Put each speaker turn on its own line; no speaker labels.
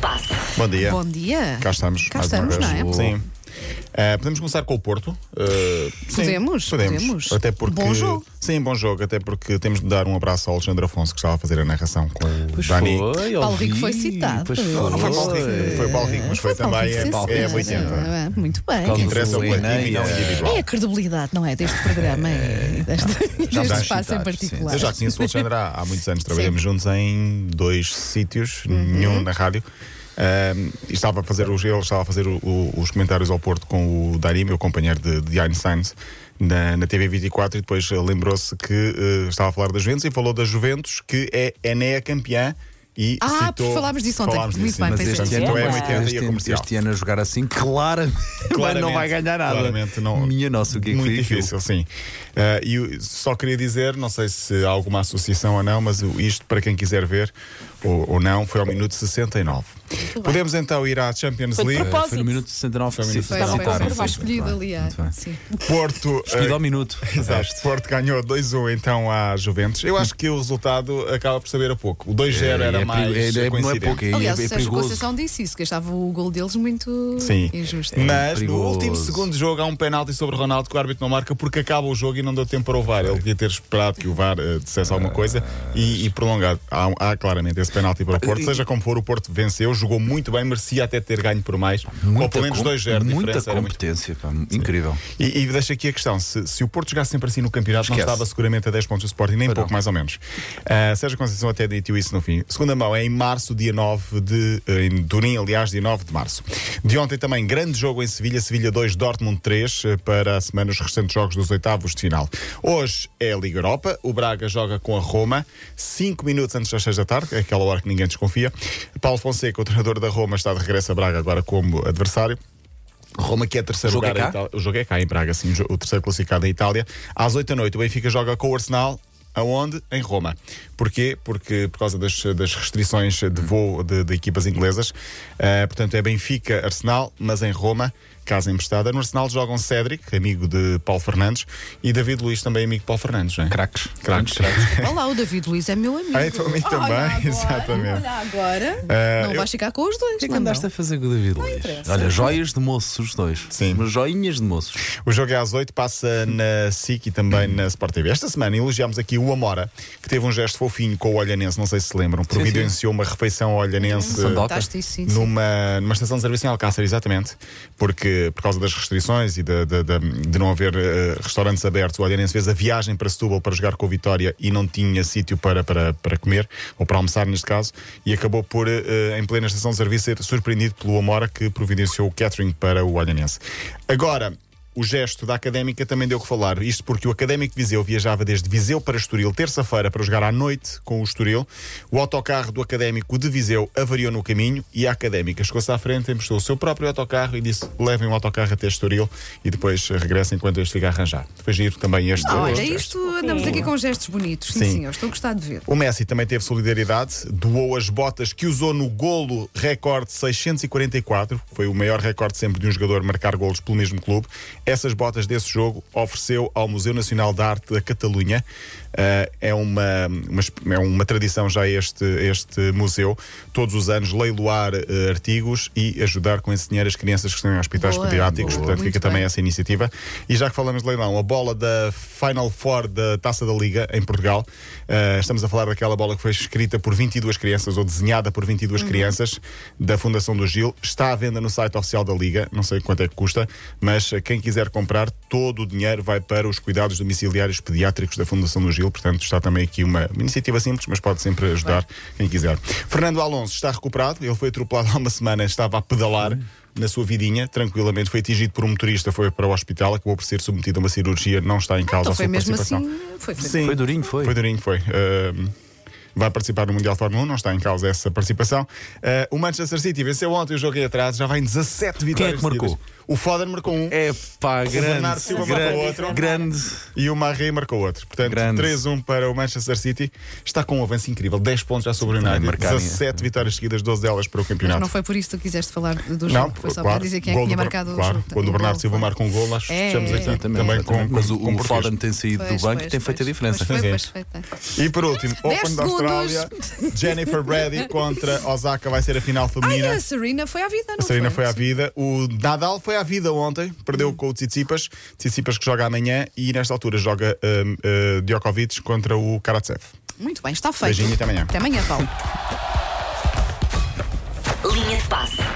passa?
Bom dia.
Bom dia.
É. Cá estamos.
Cá
mais
estamos,
uma vez.
não é?
Sim. Ah, podemos começar com o Porto. Ah, sim,
Podemos,
podemos.
podemos.
Até porque,
Bom jogo.
Sim, bom jogo. Até porque temos de dar um abraço ao Alexandre Afonso, que estava a fazer a narração com o Dani.
foi,
Paulo
ouvi,
Rico foi citado.
Pois
Não,
foi.
Não foi Paulo Rico, foi Paulo Rico, mas foi,
Paulo
também
Rico,
é,
sim,
Paulo- é
senhora.
80.
Ah, Muito bem.
O que interessa é o
Paulo
coletivo e não o
Rico,
individual.
É a credibilidade, não é? Deste programa é, deste, deste
estás
espaço em
citado, sim.
particular.
Eu já conheço o Alexandre há, há muitos anos, trabalhamos juntos em dois sítios,
Uhum.
nenhum na rádio. Ahm, e estava a fazer os, ele estava a fazer o- o- os comentários ao Porto com o Dari, meu companheiro de, de Einstein, na, na TV24, e depois eh, lembrou-se que eh, estava a falar da Juventus e falou da Juventus, que é Enéa campeã. E
Ah,
citou,
porque falámos disso ontem.
falámos
Muito
disso,
bem,
sim.
Mas
pensei
este
que
ano,
Então é
era.
vai-
80 e
este,
a comercial.
este ano a jogar assim, claramente, mas não
Claramente,
vai ganhar nada.
Claramente não.
Minha nossa, o que é que
Muito
foi aquilo?
difícil, sim. Ah, e o- só queria dizer, não sei se há alguma associação ou não, mas o- isto, para quem quiser ver ou, ou não, foi ao minuto 69. Podemos então ir à Champions
Foi de
League.
propósito.
Foi no minuto 69
Foi no
que
minuto
se
Foi,
Estava
foi,
a
foi,
citaram.
contar,
foi
Sim, sim,
escolhido
muito
ali.
bem,
ah,
muito bem.
Sim.
Porto.
Escolhido
ah,
ao minuto.
Exato. Porto ganhou 2-1 então à Juventus. Eu acho que o resultado acaba por saber a pouco. O 2-0 era
É, é,
mais.
é, é, não é
coincidente.
pouco, é,
Aliás,
é,
o
é
Sérgio
perigoso.
Conceição disse isso, que achava o gol deles muito
Sim.
injusto.
Mas no
perigoso.
último segundo jogo há um penalti sobre Ronaldo que o árbitro não marca porque acaba o jogo e não deu tempo para o VAR. Ele devia ter esperado que o VAR eh, dissesse alguma coisa e, e prolongado. Há, há claramente esse penalti para o Porto. Seja como for, o Porto venceu, jogou muito bem, merecia até ter ganho por mais. ou pelo menos
com-
2-0. de
Muita
diferença, era muito-
competência, pá, incrível.
E, e deixo aqui a questão: se, se o Porto jogasse sempre assim no campeonato,
Esquece.
não estava seguramente a 10 pontos do Sporting, nem
Pois
pouco
não.
mais ou menos. Ah, Sérgio Conceição até dito isso no fim. Segunda mão é em março, dia 9 de. eh, em Turim, aliás, dia 9 de março. De ontem também, grande jogo em Sevilha, Sevilha 2, Dortmund 3, eh, para a semana os restantes jogos dos oitavos de final. Hoje é a Liga Europa, o Braga joga com a Roma, 5 minutos antes das 6 da tarde, é aquela hora que ninguém desconfia. Paulo Fonseca, o treinador da Roma, está de regresso a Braga agora como adversário. Roma que é terceiro
O jogo
lugar
é
em
cá?
Itália. O jogo é cá em Braga, sim, o jo- o terceiro classificado da Itália. Às 8 da noite o Benfica joga com o Arsenal. Aonde? Em Roma. Porquê? Porque por causa das, das restrições de voo de, de equipas inglesas. Ah, portanto, é Benfica, Arsenal, mas em Roma, casa emprestada. No Arsenal jogam Cédric, amigo de Paulo Fernandes, e David Luiz, também amigo de Paulo Fernandes, não é?
Craques.
Craques, craques.
Olá, o David Luiz é meu amigo.
Ah, então a mim também,
Olha agora,
exatamente.
Olha agora.
Ah,
não
eu-
vais ficar com os dois.
O que é que
não,
andaste
não.
a fazer com o David Luiz?
interessa.
Olha, joias de moços, os dois.
Sim.
Umas joinhas de moços.
O jogo é às 8, passa na SIC e também na Sport TV. Esta semana elogiámos aqui o Amora, que teve um gesto fofinho com o Olhanense, não sei se se lembram, providenciou uma refeição ao Olhanense.
Sandoca.
Contaste isso, Um sim, sim.
Numa, numa estação de serviço em Alcácer, exatamente, porque por causa das restrições e da- da- da- de, não haver eh, restaurantes abertos, o Olhanense fez a viagem para Setúbal para jogar com o Vitória e não tinha sítio para, para, para comer, ou para almoçar neste caso, e acabou por, eh, em plena estação de serviço, ser surpreendido pelo Amora que providenciou o catering para o Olhanense. Agora, o gesto da Académica também deu que falar. Isto porque o Académico de Viseu viajava desde Viseu para Estoril terça-feira para jogar à noite com o Estoril. O autocarro do Académico de Viseu avariou no caminho e a Académica chegou-se à frente, emprestou o seu próprio autocarro e disse levem o autocarro até Estoril e depois regressem enquanto este fica a arranjar. Foi giro também este,
Ah,
este
olha,
gesto.
isto andamos aqui com gestos bonitos. Sim,
Sim.
senhor. Estou a gostar de ver.
O Messi também teve solidariedade, doou as botas que usou no golo recorde 644, foi o maior recorde sempre de um jogador marcar golos pelo mesmo clube. Essas botas desse jogo ofereceu ao Museu Nacional da Arte da Catalunha. Ah, é, uma, uma esp- é uma tradição já este, este museu, todos os anos leiloar eh, artigos e ajudar com esse dinheiro as crianças que estão em hospitais
Boa,
pediátricos.
boa.
Portanto,
Muito
fica também
bem.
essa iniciativa. E já que falamos de leilão, a bola da Final Four da Taça da Liga em Portugal, eh, estamos a falar daquela bola que foi escrita por 22 crianças ou desenhada por 22 crianças da Fundação do Gil, está à venda no site oficial da Liga, não sei quanto é que custa, mas eh, quem quiser comprar, todo o dinheiro vai para os cuidados domiciliários pediátricos da Fundação do Gil, portanto está também aqui uma iniciativa simples, mas pode sempre ajudar quem quiser. Fernando Alonso está recuperado, ele foi atropelado há uma semana, estava a pedalar na sua vidinha, tranquilamente, foi atingido por um motorista, foi para o hospital, acabou por ser submetido a uma cirurgia, não está em causa
Então
a
foi
sua
mesmo
participação.
assim. Foi, foi.
Sim.
Foi durinho, foi.
Foi durinho, foi. Ahm, vai participar no Mundial de Fórmula 1, não está em causa essa participação. Ah, o Manchester City venceu ontem o jogo aí atrás, já vai em 17 vitórias.
é que marcou?
seguidas. O Foden marcou um
É pá,
Bernardo
grande.
Silva
grande,
marcou outro.
grande.
e o Marre marcou outro. Portanto,
Grande.
3-1 para o Manchester City. Está com um avanço incrível, 10 pontos já sobre o
Também
United,
marcarem, é.
17 vitórias seguidas, 12 delas para o
Mas
campeonato.
não foi por isso que tu quiseste falar do jogo. foi só para dizer quem é que
gol
tinha
do Ber-
marcado
claro,
o jogo.
Quando o Bernardo Silva
marcou
marca um gol, nós
É,
festejamos
é,
aqui
é.
também, com,
Mas
com,
o,
com
o
português.
Foden tem saído do banco e tem feito a diferença.
Foi,
Sim.
pois, foi, tem.
E por último,
10
Open Doors
segundos,
Austrália. Jennifer Brady contra Osaka vai ser a final
Ah, e
feminina.
a Serena foi à vida, não
A Serena
foi?
foi à
Hum.
vida. O Nadal foi à vida ontem, perdeu com o Tsitsipas. Tsitsipas que joga amanhã e nesta altura joga hum, eh, Djokovic contra o Karatsev.
Muito bem, está feito.
Beijinho e até amanhã.
Até amanhã, Paulo.
Linha de passe.